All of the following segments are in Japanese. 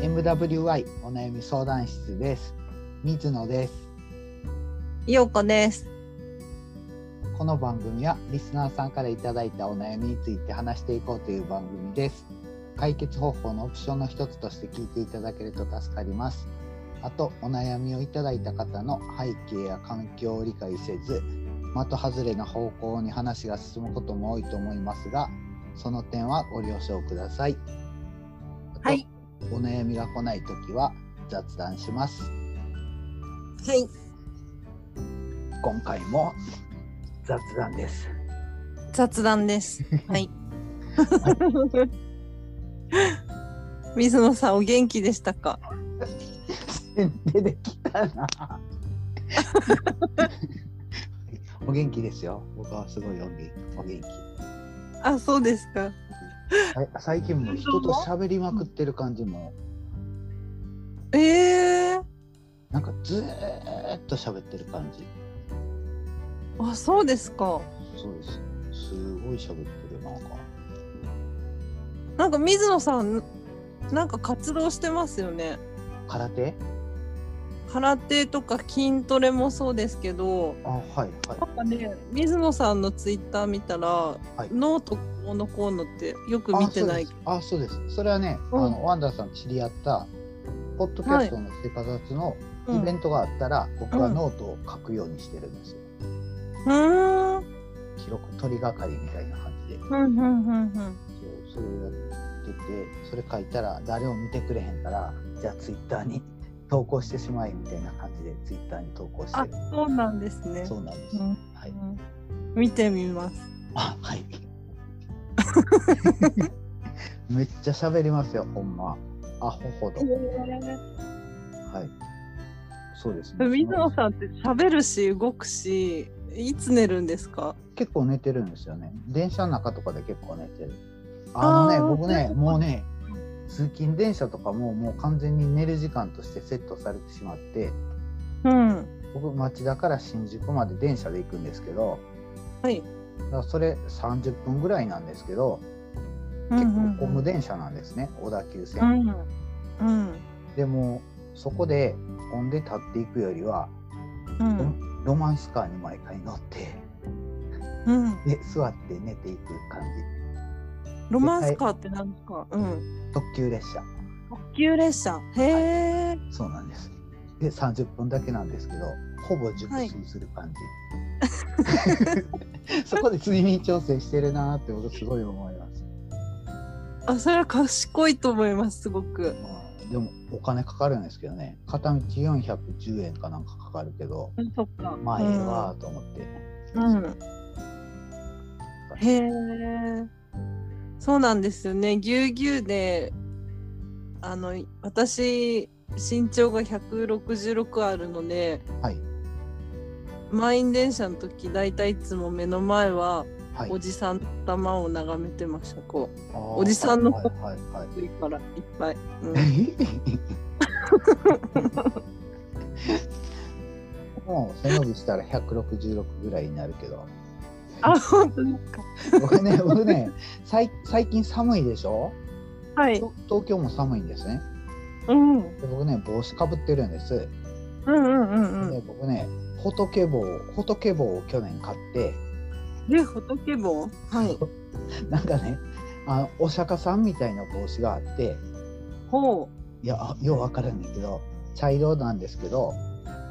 WWI お悩み相談室です水野ですようこです。この番組はリスナーさんからいただいたお悩みについて話していこうという番組です解決方法のオプションの一つとして聞いていただけると助かりますあとお悩みをいただいた方の背景や環境を理解せず的外れな方向に話が進むことも多いと思いますがその点はご了承くださいあとはいお悩みが来ないときは雑談しますはい。今回も雑談です 雑談 です。はい。水野さん、お元気でしたか。出てきたな。 お元気ですよ。僕はすごいお元気。お元気。あ、そうですか。はい最近もう人と喋りまくってる感じも、ええなんかずーっと喋ってる感じ。あ、そうですか。そうです。すごい喋ってるなんか。なんか水野さん。なんか活動してますよね。空手？空手とか筋トレもそうですけど。あはいはい。なんかね、水野さんのツイッター見たら、いノートこうのこうのってよく見てない。あそうです。あそうですそれはね、うんあのワンダーさんと知り合ったポッドキャストの生活のうんイベントがあったら、僕はうんノートを書くようにしてるんですよ。うーん。記録取りがかりみたいな感じで。うんうんうんうん。そうそれをやっててそれ書いたら誰も見てくれへんからじゃあツイッターに 投稿してしまえみたいな感じでツイッターに投稿してある、そうなんですね。そうなんです、うんはいうん見てみます。あはい めっちゃ喋りますよほんまアホほどはいそうですね水そ野のさんって喋るし動くし、いつ寝るんですか？結構寝てるんですよね電車の中とかで結構寝てるあのねあー僕ねそういうこともうね通勤電車とかももう完全に寝る時間としてセットされてしまってうん。僕町田から新宿まで電車で行くんですけどはい。だからそれ30分ぐらいなんですけどう結ん構混む電車なんですね、小田急う線、んうんでもそこで混んで立っていくよりは、うんロロマンスカーに毎回乗ってうんうん。で座って寝ていく感ロマンスカーって何ですか？うん。じ特急列車特急列車。へえ。そうなんですで30分だけなんですけどほぼ熟睡する感じ、 そこで睡眠調整してるなーって僕すごい思いますあ、それは賢いと思います。すごく。まあでもお金かかるんですけどね片道410円かなんかかかるけどうんそっか。まあええわと思って、うん。うん。へえ。そうなんですよね。ぎゅうぎゅうで、あの、私、身長が166あるので、はい満員電車の時、だいたいいつも目の前は、はいおじさんの頭を眺めてました。こあーおじさんのはいはいはいう 、上からいっぱい。うん もう背伸びしたら166ぐらいになるけどあ、本当ですか。 僕ね僕ねさい最近寒いでしょはい。と東京も寒いんですねうん。うんで僕ね帽子かぶってるんです、うんうんうでん。僕ね仏帽仏帽を去年買ってで、仏坊はい。なんかねあのお釈迦さんみたいな帽子があってほいやあよう分からんねんけど茶色なんですけど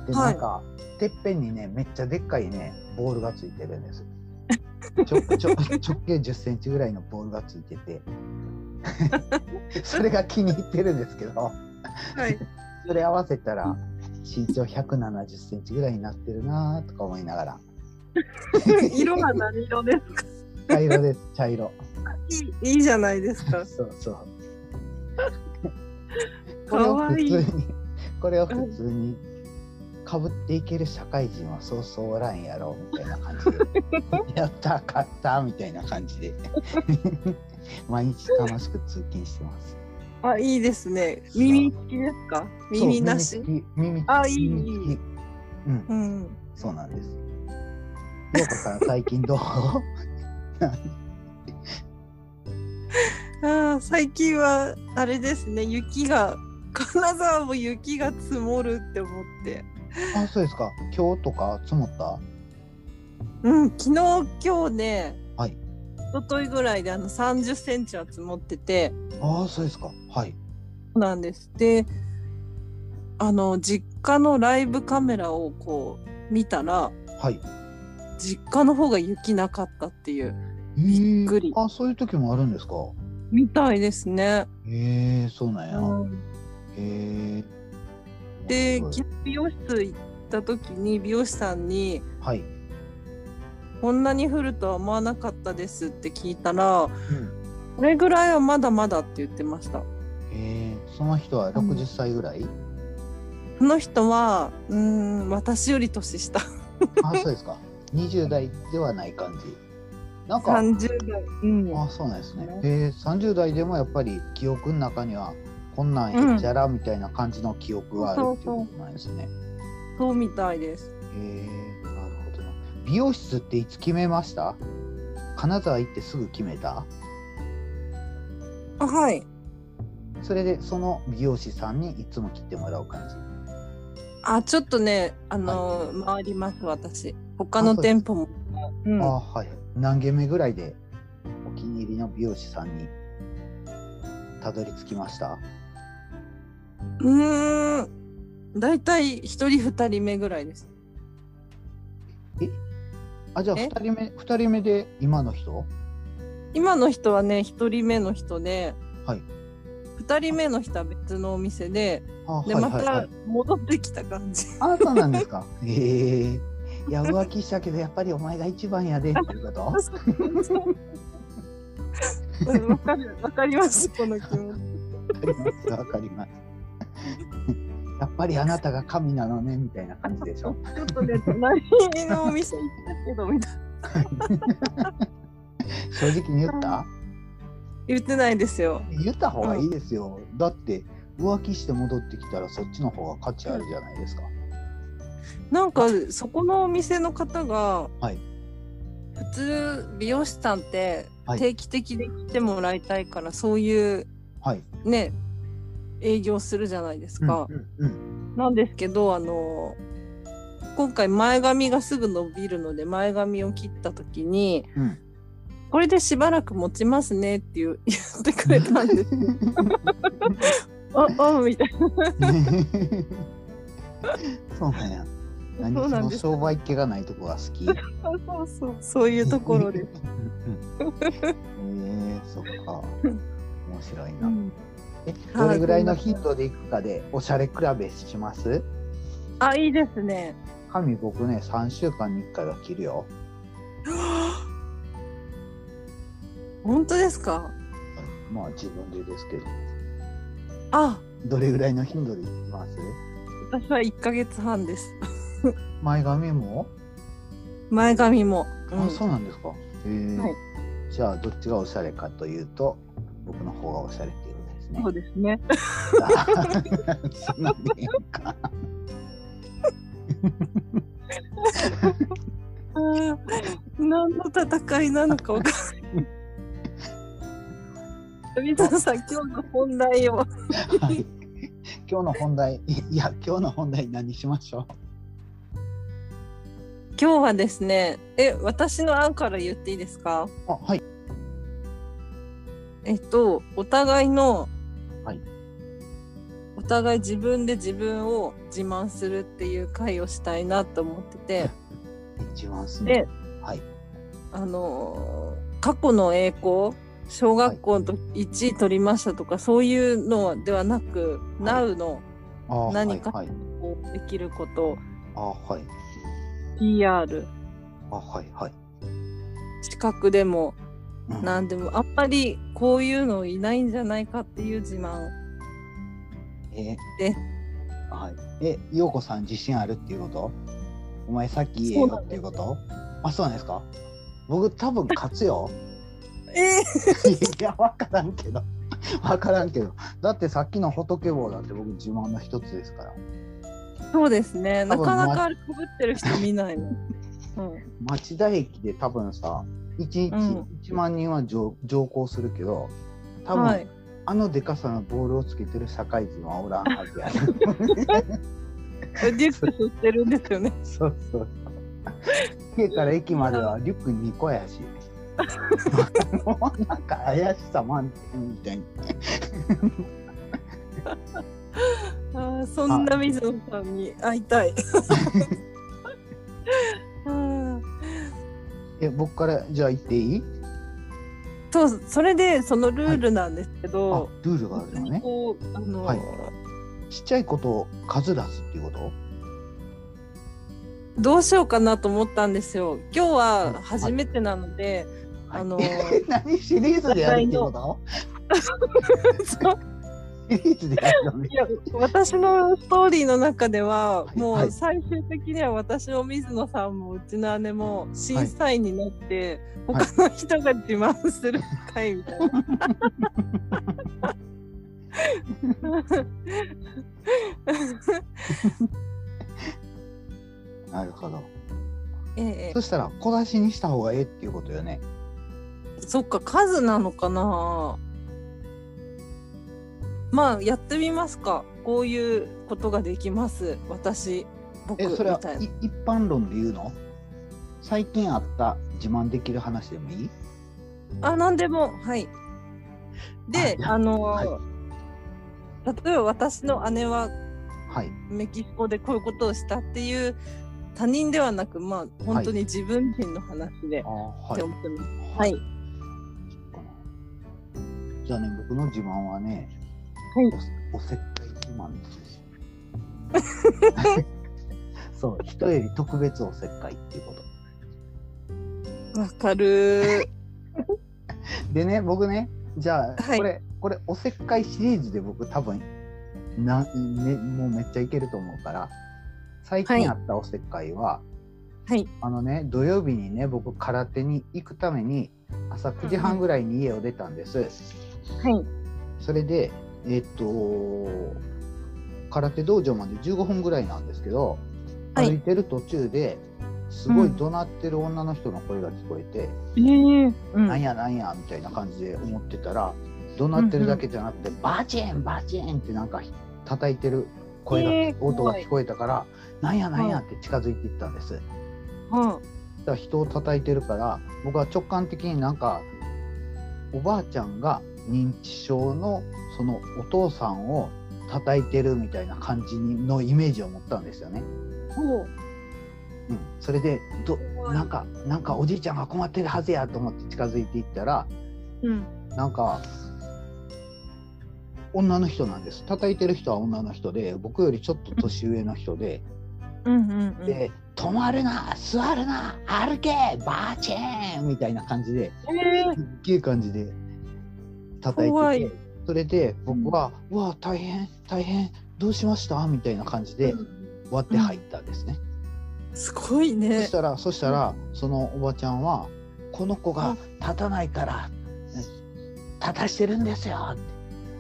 ではないんか、てっぺんにねめっちゃでっかいねボールがついてるんですちょちょ直径1 0ンチぐらいのボールがついて てそれが気に入ってるんですけどう。はい。それ合わせたら身長1 7 0ンチぐらいになってるなとか思いながら 色は何色ですか茶色です茶 色いいいいじゃないですか。そうそう。こかれをわ普いい通に、これを普通に。かぶっていける社会人はそうそうおらんやろみたいな感 じでやった買ったみたいな感じで 毎日楽しく通勤してますあ、いいですね。耳付きですか。耳なそしう。耳付き耳付きあいい耳付きいういんうん。そうなんですようこさん最近どう あー、最近はあれですね。雪が金沢も雪が積もるって思って。あ、そうですか。今日とか積もった。うん、昨日今日ね、はい一昨日ぐらいであの30センチは積もってて、あ、そうですか。はい。そうなんです。で、あの、実家のライブカメラをこう見たら、はい。実家の方が雪なかったっていう、びっくりあ、そういう時もあるんですか。みたいですね。へえ、そうなんや。うんへえ。で、面昨白い日美容室行った時に美容師さんに、はい。こんなに降るとは思わなかったですって聞いたら、うん。これぐらいはまだまだって言ってました。へえ、その人は60歳ぐら い。この人は、うーん、私より年下。あ、そうですか。20代ではない感じ。なんか。 30代。うん。あそうなんですねね。えー、30代でもやっぱり記憶の中にはこんなんやっちゃらみたいな感じの記憶があるっていうことなんですね。そうみたいです。へえー、なるほどな。美容室っていつ決めました金沢行ってすぐ決めたあはい。それでその美容師さんにいつも切ってもらう感じ。あ、ちょっとね、あのー回ります、私。他の店舗も。うんあはい。何軒目ぐらいでお気に入りの美容師さんにたどり着きましたうーん。だいたい一人二人目ぐらいです。あじゃあえ2人目2人目で今の人今の人はね、一人目の人で、はい。二人目の人は別のお店で、あで、はいまはいはいた戻ってきた感じ。 あなたなんですか。ええいや浮気したけどやっぱりお前が一番やでっていうこと。うんわかる、わかります、この気持ち。わかりますわかり ます。やっぱりあなたが神なのねみたいな感じでしょ。ちょっとね、隣のお店行ったけど、みたいな。正直に言った？言ってないですよ。言った方がいいですよ。だって浮気して戻ってきたらそっちの方が価値あるじゃないですか。なんかそこのお店の方が、はい普通美容師さんってはい定期的で来てもらいたいから、そういうはい。ね営業するじゃないですうんか。うんうん。なんですけどあの今回前髪がすぐ伸びるので前髪を切った時にうんこれでしばらく持ちますねっていう 言ってくれたんです。あ あみたいな。そうなんや。何そうそなんのです。商売っ気がないとこが好き。そうそうそういうところです。ええそっか。面白いな。うんえ、はいどれぐらいの頻度で行くかで、おしゃれ比べします。あいいですね。髪僕ね、三週間に一回は切るよ。本当ですかまあ、自分でですけど。あどれぐらいの頻度で行きます。私は1ヶ月半です。前髪も。前髪も。うんあ、そうなんですか。ええはいじゃあ、どっちがおしゃれかというと、僕の方がおしゃれっていうことですねそ。うですね。 そんなんでええんか。あー 何の戦いなのか分か んない。富田さん、今日の本題を。はい今日の本題、いや、今日の本題何しましょ今日はですね、え、私の案から言っていいですかう。あ、はい。えっと、お互いの、はいお互い自分で自分を自慢するっていう会をしたいなと思ってて。一番すでね。はい。あのー過去の栄光小学校の時1位取りましたとか、そういうのではなく、はい Now のあー何かはいはいこうできることあはい。 PR あはいはい。資格でもうん何でもあんまりこういうのいないんじゃないかっていう自慢えではい。え、ようこさん自信あるっていうことお前さっき言えよっていうことあ、そうなんですか僕多分勝つよ。えいや、わからんけど。わからんけど。だってさっきの仏坊だって僕自慢の一つですから。ー、そうですね多な分かなかあれぶってる人見ないの、うん、町田駅で多分さ、1日うん1万人は乗乗降するけど、多分、はいあのでかさのボールをつけてる社会人はおらんはず やなリュックしてるんですよ ね。そうそうそう家から駅まではリュック2個やしもうなんか怪しさ満点みたいなあーそんな水野さんに会いたい。 あーえ僕からじゃあ行っていいそうそれでそのルールなんですけあど、ルールがあるのねこうあの、はいちっちゃいことを数らずっていうことどうしようかなと思ったんですよ。今日ははい初めてなので、はいあの 何シリーズでやるってことそうシリーズでやるのねいや私のストーリーの中では、はいもはうい最終的には私も水野さんもうちの姉も審査員になって、はい他の人が自慢する会みた いな。なるほどええそしたら小出しにした方がええっていうことよねそっか数なのかなまあやってみますかこういうことができます私僕えみそれはたいいな一般論で言うの最近あった自慢できる話でもいいあ何でもはいでああの、はい例えば私の姉ははいメキシコでこういうことをしたっていう他人ではなくまあ本当に自分人の話で、あはって思ってますははいい、そっかなじゃあね僕の自慢はね、はいおおせっかい自慢です よ そう人より特別おせっかいっていうことわ、かるでね僕ねじゃあ、はいこれこれおせっかいシリーズで僕多分な、ね、もうめっちゃいけると思うから最はい近あったおせっかいは、はいあのね土曜日にね僕空手に行くために朝9時半ぐらいに家を出たんです、はいそれでえっと空手道場まで15分ぐらいなんですけどはい歩いてる途中ですごい怒鳴ってる女の人の声が聞こえて、ええうんなんやなんやみたいな感じで思ってたら怒鳴ってるだけじゃなくて、バチンバチンってなんか叩いてる声が、えー音が怖い聞こえたからなんやなんやって近づいていったんです。だはから人を叩いてるから僕は直感的になんかおばあちゃんが認知症のそのお父さんを叩いてるみたいな感じにのイメージを持ったんですよね。あほううん、それでど怖いなんかなんかおじいちゃんが困ってるはずやと思って近づいていったらうんなんか女の人なんです叩いてる人は女の人で僕よりちょっと年上の人でうんうん「うんで止まるな座るな歩けバーチェーン!」みたいな感じでえすっげえ感じで叩い怖ていてそれで僕は「うわ大変大変どうしました?」みたいな感じで割って入ったんですね。すごいそねし。たらそしたらそのおばちゃんは「この子が立たないから立たしてるんですよ」って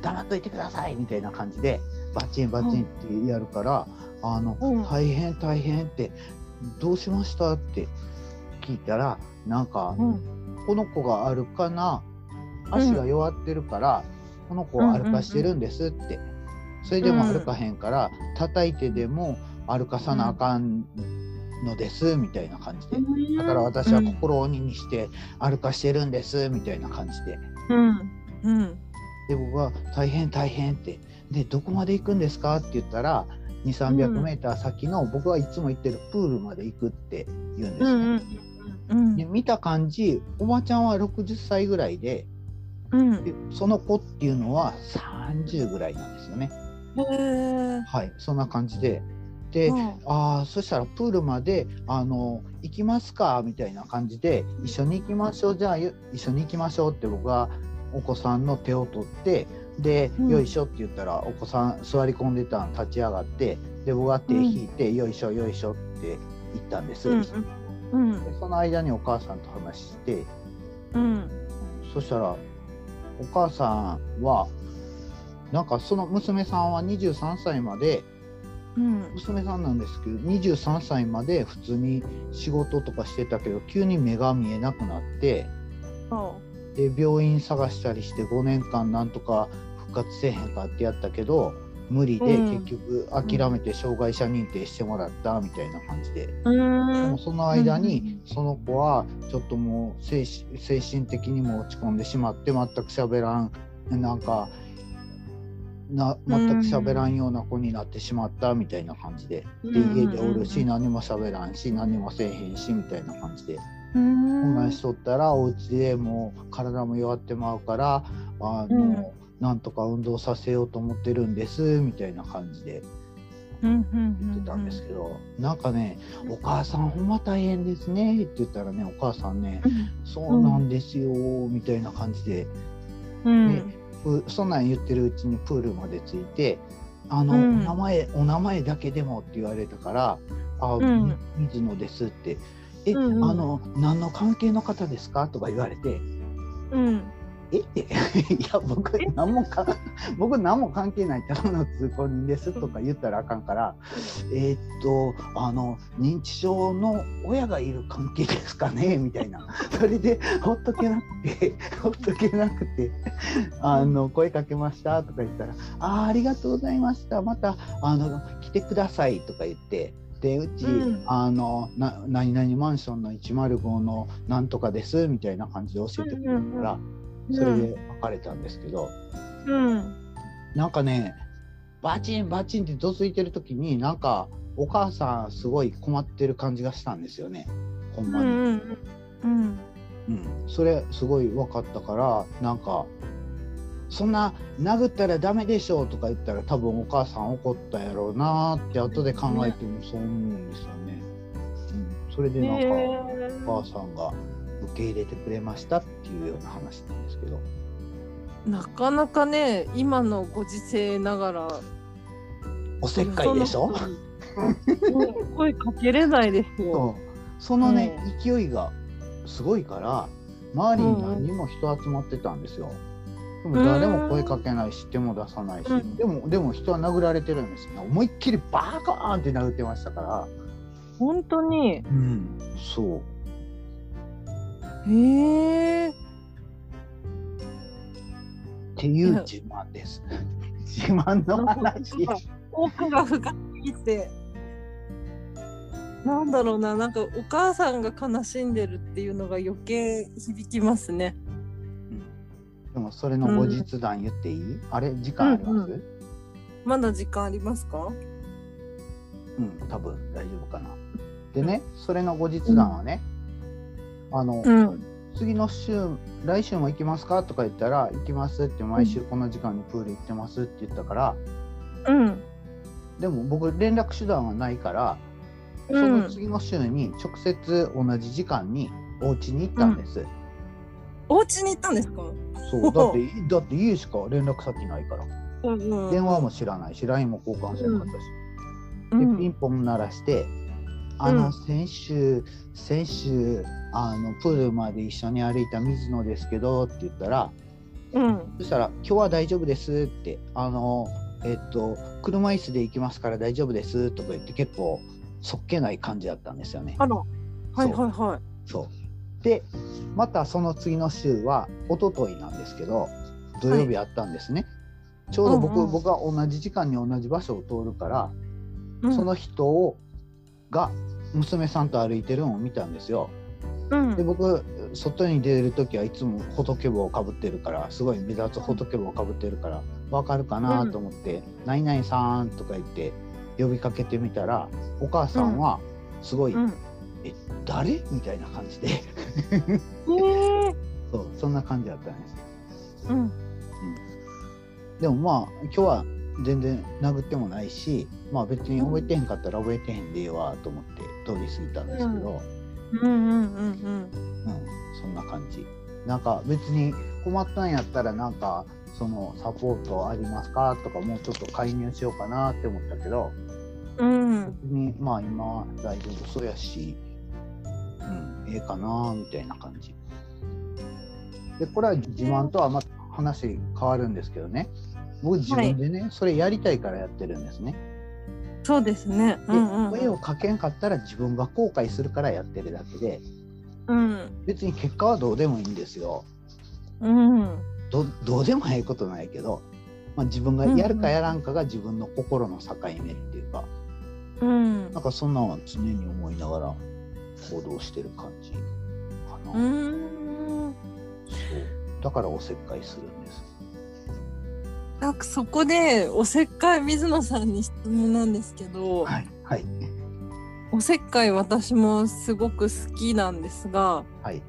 「黙っといてください」みたいな感じでバチンバチンってやるから「あのうん大変大変」って「どうしました?」って聞いたらなんかうん、 「この子が歩かなうん足が弱ってるから、この子は歩かしてるんです」って。それでもうん歩かへんから、叩いてでも歩かさなあかんのです、みたいな感じでだから私は心を鬼にして歩かしてるんですみたいな感じでうん、うん、で僕は「大変大変」って「でどこまで行くんですか?」って言ったら2 3 0 0メーター先の僕はいつも行ってるプールまで行くって言うんでうすね、ん、うん、で見た感じおばちゃんは60歳ぐらいでうん、でその子っていうのは30ぐらいなんですよねへはいそんな感じでで、え、ああそしたらプールまであの行きますかみたいな感じで一緒に行きましょうじゃあよ一緒に行きましょうって僕がお子さんの手を取ってで、うんよいしょって言ったらお子さん座り込んでたの立ち上がってで僕が手引いて、よいしょよいしょって言ったんです、うんで、うん、その間にお母さんと話してうん、そしたらお母さんはなんかその娘さんは23歳までうん、娘さんなんですけど23歳まで普通に仕事とかしてたけど急に目が見えなくなってそで病院探したりして5年間なんとか復活せえへんかってやったけど無理でうん結局諦めて障害者認定してもらったみたいな感じで、うもんうその間にその子はちょっともう精神精神的にも落ち込んでしまって全く喋らんなんかな全く喋らんような子になってしまったみたいな感じで、うで家んでおるし何も喋らんし何もせえへんしみたいな感じでこうんんなんしとったらお家でもう体も弱ってまうからあの、うんなんとか運動させようと思ってるんですみたいな感じで言ってたんですけど、なんかね「お母さんほんま大変ですね」って言ったらねお母さんね「そうなんですよ」みたいな感じで、うんねうそんなん言ってるうちにプールまで着いて「あの、うんお名前お名前だけでも」って言われたから「あ、うん水野です」って「え、うんうんあの何の関係の方ですか?」とか言われて「うんえ っていや僕何もか 僕何も関係ないただの通行人ですとか言ったらあかんからえーっとあの認知症の親がいる関係ですかね みたいなそれでほっとけなくて ほっとけなくてあの声かけましたとか言ったらあーありがとうございましたまたあの来てくださいとか言ってでうち、うんあのな何々マンションの105のなんとかですみたいな感じで教えてくれるから。それで別れたんですけど、うんなんかねバチンバチンってどついてる時になんかお母さんすごい困ってる感じがしたんですよねほんうまに、うんんうんそれすごい分かったからなんかそんな殴ったらダメでしょうとか言ったら多分お母さん怒ったやろうなーって後で考えてもそう思うんですよね、うん、それでなんか、お母さんが受け入れてくれましたっていうような話なんですけどなかなかね今のご時世ながらおせっかいでしょうん声かけれないですよ。そうそのね、勢いがすごいから周りに何人も人集まってたんですよ。でも誰も声かけないし手も出さないし、うんでもでも人は殴られてるんですよね思いっきりバカーンって殴ってましたから、本当に。うん、そうへえ。っていう自慢です。 自慢の話奥が深すぎて。なんだろうな、なんかお母さんが悲しんでるっていうのが余計響きますね。でもそれの後日談言っていい、あれ時間あります、うんまだ時間ありますか？多分大丈夫かな。でねそれの後日談はね、あの、うん。次の週来週も行きますかとか言ったら行きますって毎週この時間にプール行ってますって言ったからうん。でも僕連絡手段はないからその次の週に直接同じ時間にお家に行ったんです、お家に行ったんですか？そうだってだって家しか連絡先ないからうんうん電話も知らないし LINE も交換せなかったし、うでピンん。ポン鳴らして「あうのん先週先週あのプールまで一緒に歩いた水野ですけど」って言ったら「うん。そしたら「今日は大丈夫です」って「あのえっと車椅子で行きますから大丈夫です」とか言って結構そっけない感じだったんですよね。あら。はいはいはそうでまたその次の週は一昨日なんですけど土曜日あったんですね。ちょうど僕,、うんうん僕は同じ時間に同じ場所を通るから、い。うんその人をが娘さんと歩いてるのを見たんですよ。うんで僕外に出る時はいつも仏帽をかぶってるからすごい目立つ仏帽をかぶってるからわかるかなと思って「何々さん」とか言って呼びかけてみたらお母さんはすごいうん。 「誰?」みたいな感じで へえ。そうそんな感じだったんですうん。でもまあ今日は全然殴ってもないしまあ別に覚えてへんかったら覚えてへんでええわと思って通り過ぎたんですけど、うんうんうんうん、そんな感じ。なんか別に困ったんやったらなんかそのサポートありますかとかもうちょっと介入しようかなって思ったけどうん。うん別。にまあ今は大丈夫そうやし、うん、ええかなみたいな感じ。でこれは自慢とはまた話変わるんですけどね僕自分でね、それやりたいからやってるんですね。そうですね。で、うんうん。声をかけんかったら自分が後悔するからやってるだけでうん。別に結果はどうでもいいんですよ。うん。どどうでもええことないけどまあ、自分がやるかやらんかが自分の心の境目っていうか、うんなんかそんなんは常に思いながら行動してる感じかな、うーんそうだからおせっかいするんですなんかそこでおせっかい水野さんに質問なんですけど、はいはいおせっかい私もすごく好きなんですがはい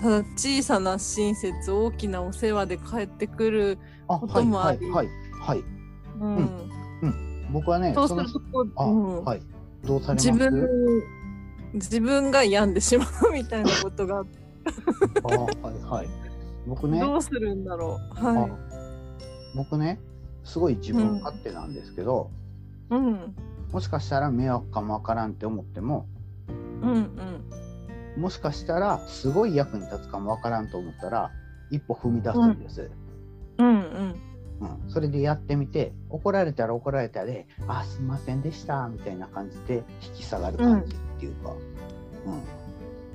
ただ小さな親切大きなお世話で帰ってくる、あこともあはいりはいはい、はい、うんうん僕はねそうすそのると、あ、うんはいどうされます自分自分が病んでしまうみたいなことがあってあはいはい僕ねどうするんだろう、あはい僕ねすごい自分勝手なんですけど、うんもしかしたら迷惑かもわからんって思ってもうんうんもしかしたらすごい役に立つかもわからんと思ったら一歩踏み出すんです、うんうんうんそれでやってみて怒られたら怒られたで「あすいませんでした」みたいな感じで引き下がる感じっていうか、う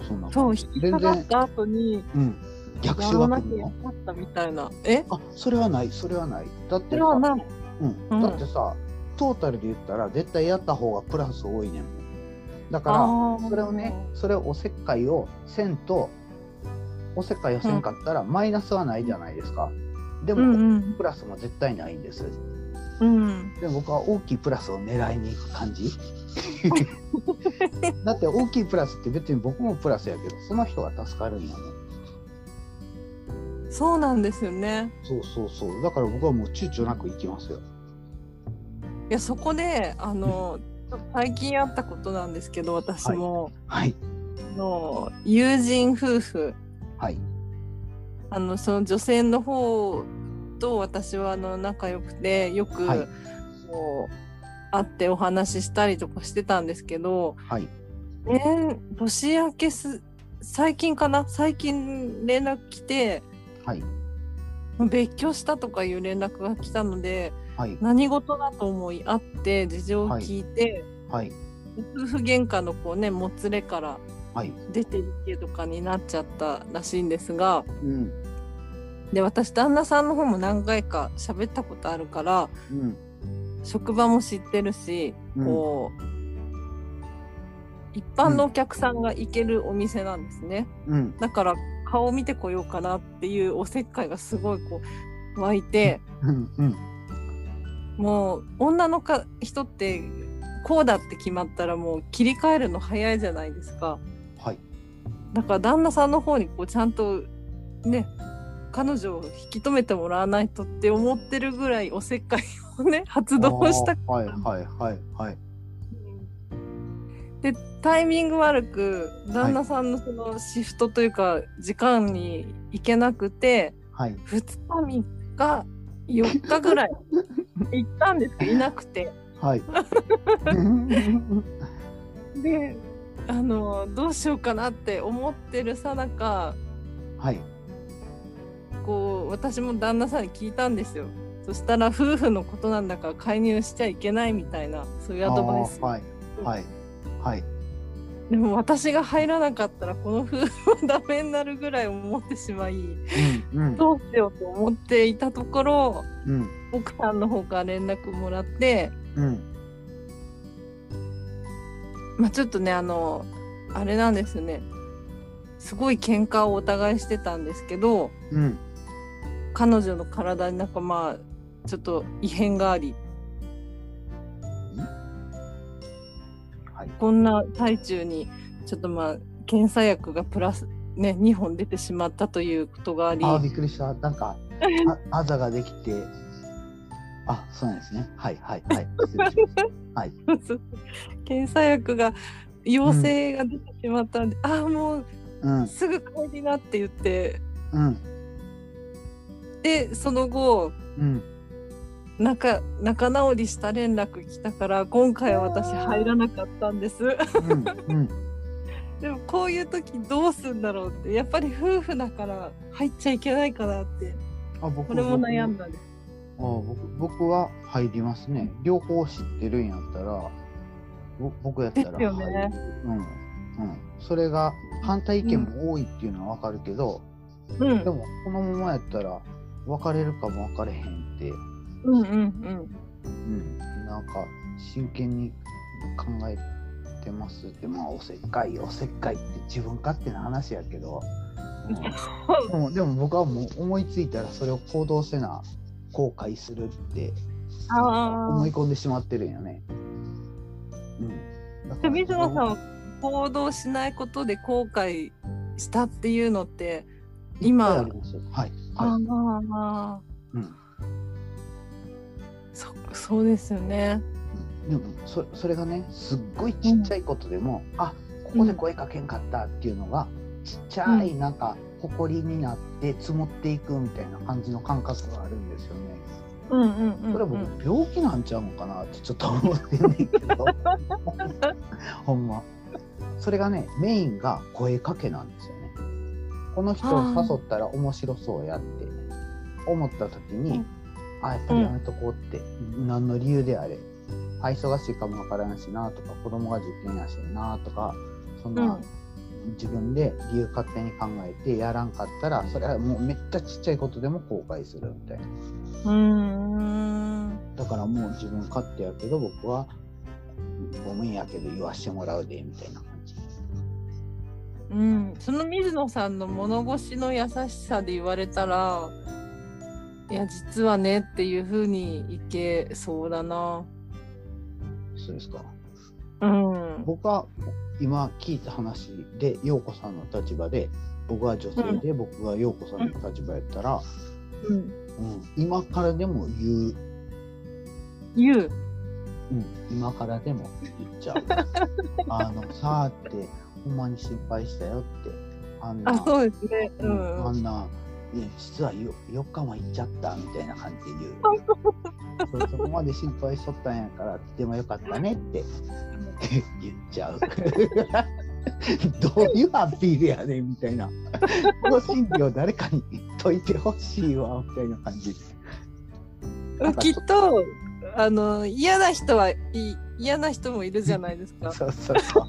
んそんなそ感うじ引き下がった後に全然、うん、逆や襲らがな来きゃるよのかったみたいなえあそれはないそれはないだってそれはないうん、だってさ、トータルで言ったら絶対やった方がプラス多いねんもんだかあらーそれをねそれをおせっかいをせんとおせっかいをせんかったらマイナスはないじゃないですか、でうも、んプラスも絶対ないんですうんうんで僕は大きいプラスを狙いに行く感 じだって大きいプラスって別に僕もプラスやけどその人が助かるんやもんそうなんですよねそうそうそうだから僕はもう躊躇なく行きますよいやそこであのちょっと最近あったことなんですけど私も、はいあの友人夫婦はいあのその女性の方と私はあの仲良くてよく、はいこう会ってお話ししたりとかしてたんですけどはい年年明けす最近かな最近連絡来てはい別居したとかいう連絡が来たのではい何事だと思い会って事情を聞いて、はい夫婦喧嘩のこうねもつれからはい出ていけとかになっちゃったらしいんですがうんで私旦那さんの方も何回か喋ったことあるからうん職場も知ってるし、うんこう一般のお客さんが行けるお店なんですね、うんだから顔見てこようかなっていうおせっかいがすごいこう湧いて、うんうんもう女のか人ってこうだって決まったらもう切り替えるの早いじゃないですかはいだから旦那さんの方にこうちゃんとね彼女を引き止めてもらわないとって思ってるぐらいおせっかいをね発動したあーはいはいはいはいでタイミング悪く旦那さんのそのシフトというか時間に行けなくて、はい2日3日4日 ぐらい行ったんですけどいなくて はいであのどうしようかなって思ってるさなかはいこう私も旦那さんに聞いたんですよそしたら夫婦のことなんだから介入しちゃいけないみたいなそういうアドバイスあーはいはいはいでも私が入らなかったらこの夫婦はダメになるぐらい思ってしまいうんどうしようと思っていたところうんうん奥さんの方から連絡もらって、うんまあ、ちょっとねあのあれなんですねすごい喧嘩をお互いしてたんですけどうん彼女の体になんかまあちょっと異変がありはいこんな最中にちょっとまあ検査薬がプラスね2本出てしまったということがありあーびっくりしたなんかああざができてあそうなんですねはいはいはい失礼しましたはい 検査薬が陽性が出てしまったんで、ああもううんすぐ帰りなって言ってうんでその後うん仲仲直りした連絡来たから今回は私入らなかったんですうんうんでもこういう時どうすんだろうってやっぱり夫婦だから入っちゃいけないかなってあ僕これも悩んだだんですあー僕僕は入りますね両方知ってるんやったらぼ僕やったらですよね入るうんうんそれが反対意見も多いっていうのはわかるけど、 うんでもこのままやったら別れるかも分かれへんって、うんうんうん。うん、なんか真剣に考えてますってまあおせっかいおせっかいって自分勝手な話やけど、うん、もうでも僕はもう思いついたらそれを行動せな後悔するってあー思い込んでしまってるんよね。うん、だから水野さんは行動しないことで後悔したっていうのっていっぱいあ今りますよはい、あはあいうんそそうですよね。うんでもそそれがねすっごいちっちゃいことでも、あここで声かけんかったっていうのがちっちゃいなんか誇りになって積もっていくみたいな感じの感覚があるんですよね。うんうんうん、うん。それは僕病気なんちゃうのかなってちょっと思ってんねんけ どほんまそれがねメインが声かけなんですよね。この人を誘ったら面白そうやって思った時に、うんあやっぱりやめとこうって、何の理由であれあ忙しいかもわからんしなとか子供が受験やしなとかそんな、うん自分で理由勝手に考えてやらんかったらそれはもうめっちゃちっちゃいことでも後悔するみたいな。うーん。だからもう自分勝手やけど僕はごめんやけど言わしてもらうでみたいな感じうん、その水野さんの物腰の優しさで言われたらいや実はねっていうふうにいけそうだなそうですかうん僕は今聞いた話で陽子さんの立場で僕は女性で、僕が陽子さんの立場やったら、うんうん、今からでも言う、言ううん、今からでも言っちゃうあのさあってほんまに心配したよってあんなあそうですねううんあんんな、ね、実はよ4日も行っちゃったみたいな感じで 言う。そそこまで心配しとったんやから、でもよかったねって 言っちゃう。 どういうアピールやねんみたいな。この心理を誰かに言っといてほしいわみたいな感じ。なんかきちっょっとあの嫌な人はい嫌な人もいるじゃないです かそうそうそう。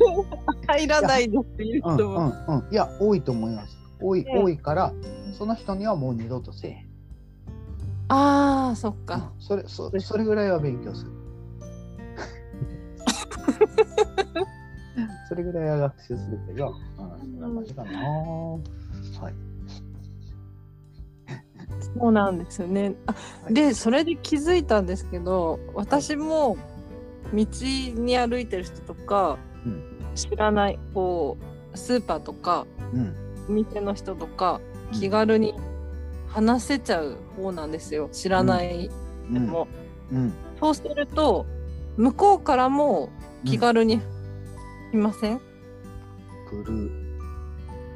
入らないですっていううん人うもんうん。いや、多いと思います。多い、うん多いから、その人にはもう二度とせえへん。あーそっかうんそれそそれぐらいは勉強 するそれぐらいは学習するけど、うん、そんな感じかな、はい、そうなんですよね。あはいでそれで気づいたんですけど私も道に歩いてる人とか、うん知らないこうスーパーとかうん、お店の人とか気軽に話せちゃう方なんですよ知らないうん、でも。うんそうすると向こうからも気軽に来ません、くる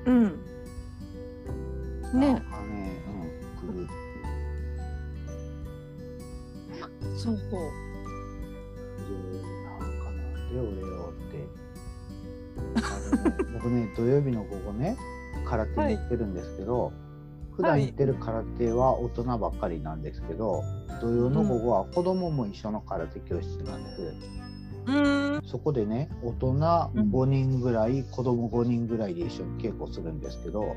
うん、なんねかねうんくるそうそう。なんかなんで俺よってあの僕ね土曜日の午後ね 空手に行ってるんですけど、普段行ってる空手は大人ばっかりなんですけど、土曜の午後は子供も一緒の空手教室なんです、うーんそこでね大人うん5人ぐらい、子供5人ぐらいで一緒に稽古するんですけど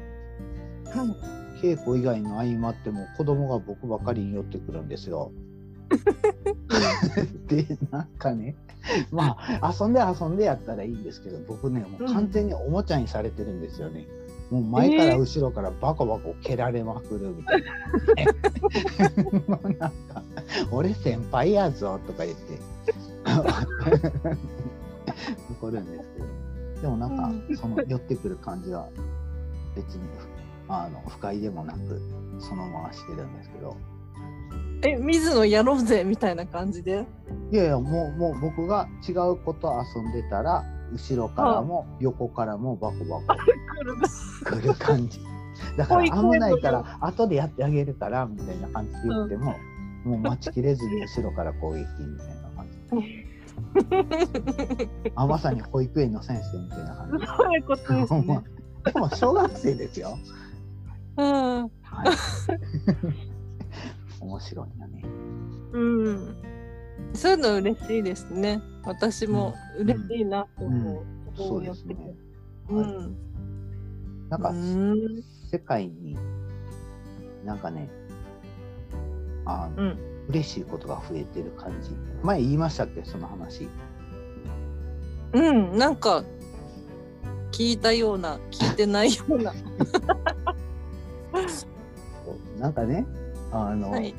稽古以外の合間ってもう子供が僕ばかりに寄ってくるんですよ。でなんかねまあ遊んで遊んでやったらいいんですけど僕ねもう完全におもちゃにされてるんですよね。もう前から後ろからバコバコ蹴られまくるみたいな、 もうなんか「俺先輩やぞ」とか言って怒るんですけどでもなんかその寄ってくる感じは別にあの不快でもなくそのまましてるんですけどえ水野やろうぜみたいな感じ でいやいやもうもう僕が違うこと遊んでたら後ろからも横からもバコバコ来る来る感 じだか追らい込危めないとから後でやってあげるからみたいな感じで言っても、もう待ちきれずに後ろから攻撃みたいな感じあまさに保育園の先生みたいな感じそういうことですほんまね。 でも小学生ですようん、 はい面白いよねうん、そういうの嬉しいですね。私も嬉しいなと思う。そうですね。うはいん。なんかうん世界になんかねあの、うん嬉しいことが増えてる感じ前言いましたっけその話うん、なんか聞いたような聞いてないような。そうなんかねあの、はい。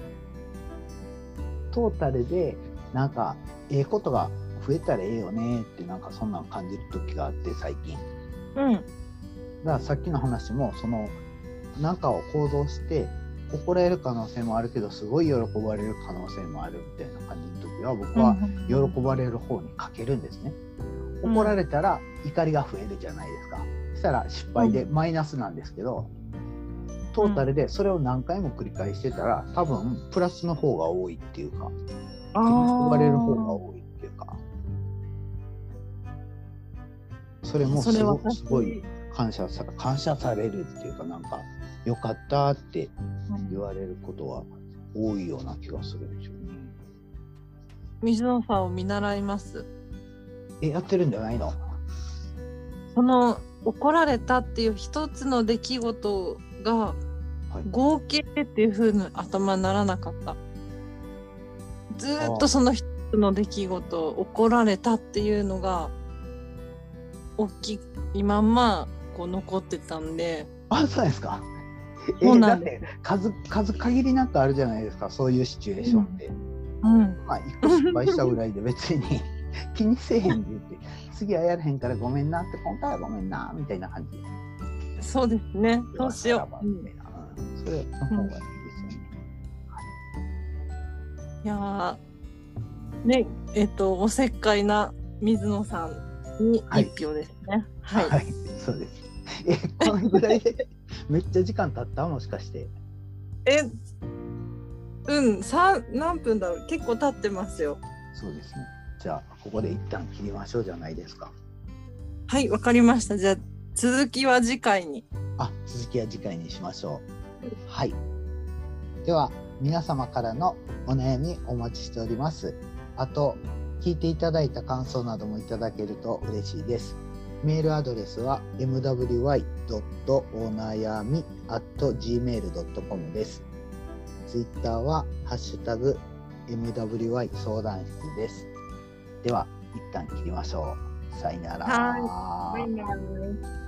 トータルでなんかええことが増えたらええよねってなんかそんなん感じる時があって最近うん。だからさっきの話もそのなんかを行動して怒られる可能性もあるけどすごい喜ばれる可能性もあるみたいな感じの時は僕は喜ばれる方に欠けるんですねうん怒られたら怒りが増えるじゃないですかそしたら失敗でマイナスなんですけどトータルでそれを何回も繰り返してたら多分プラスの方が多いっていうかあ喜ーばれる方が多いっていうかそれもそすれごはくすごい感謝さ感謝されるっていうかなんか「よかった」って言われることは多いような気がするんですよね。水野さんを見習います。えやってるんじゃないのその怒られたっていう一つの出来事がはい合計っていう風に頭にならなかった。ずーっとその一つの出来事怒られたっていうのが大きいまんまこう残ってたんで。あそうですか。えそうだなっんでて数数限りなくあるじゃないですかそういうシチュエーションって。うん。まあ一個失敗したぐらいで別に 気にせえへんで言って次はやらへんからごめんなって今回はごめんなみたいな感じで。そうですね。そうしよう。うんそれの方がいいですよね。いやーね、えっと、おせっかいな水野さんにはい一票ですね。はい。はい、そうです。え、このぐらいでめっちゃ時間経ったもしかして。え、うん、さ何分だろう結構経ってますよ。そうですね。じゃあここで一旦切りましょうじゃないですか。はい、わかりました。じゃあ、続きは次回に。あ、続きは次回にしましょう。はい。では皆様からのお悩みお待ちしております。あと聞いていただいた感想などもいただけると嬉しいです。メールアドレスは mwy.onayami.gmail.com です。ツイッターはハッシュタグ mwy 相談室です。では一旦切りましょう。さよなら。はいバイバイ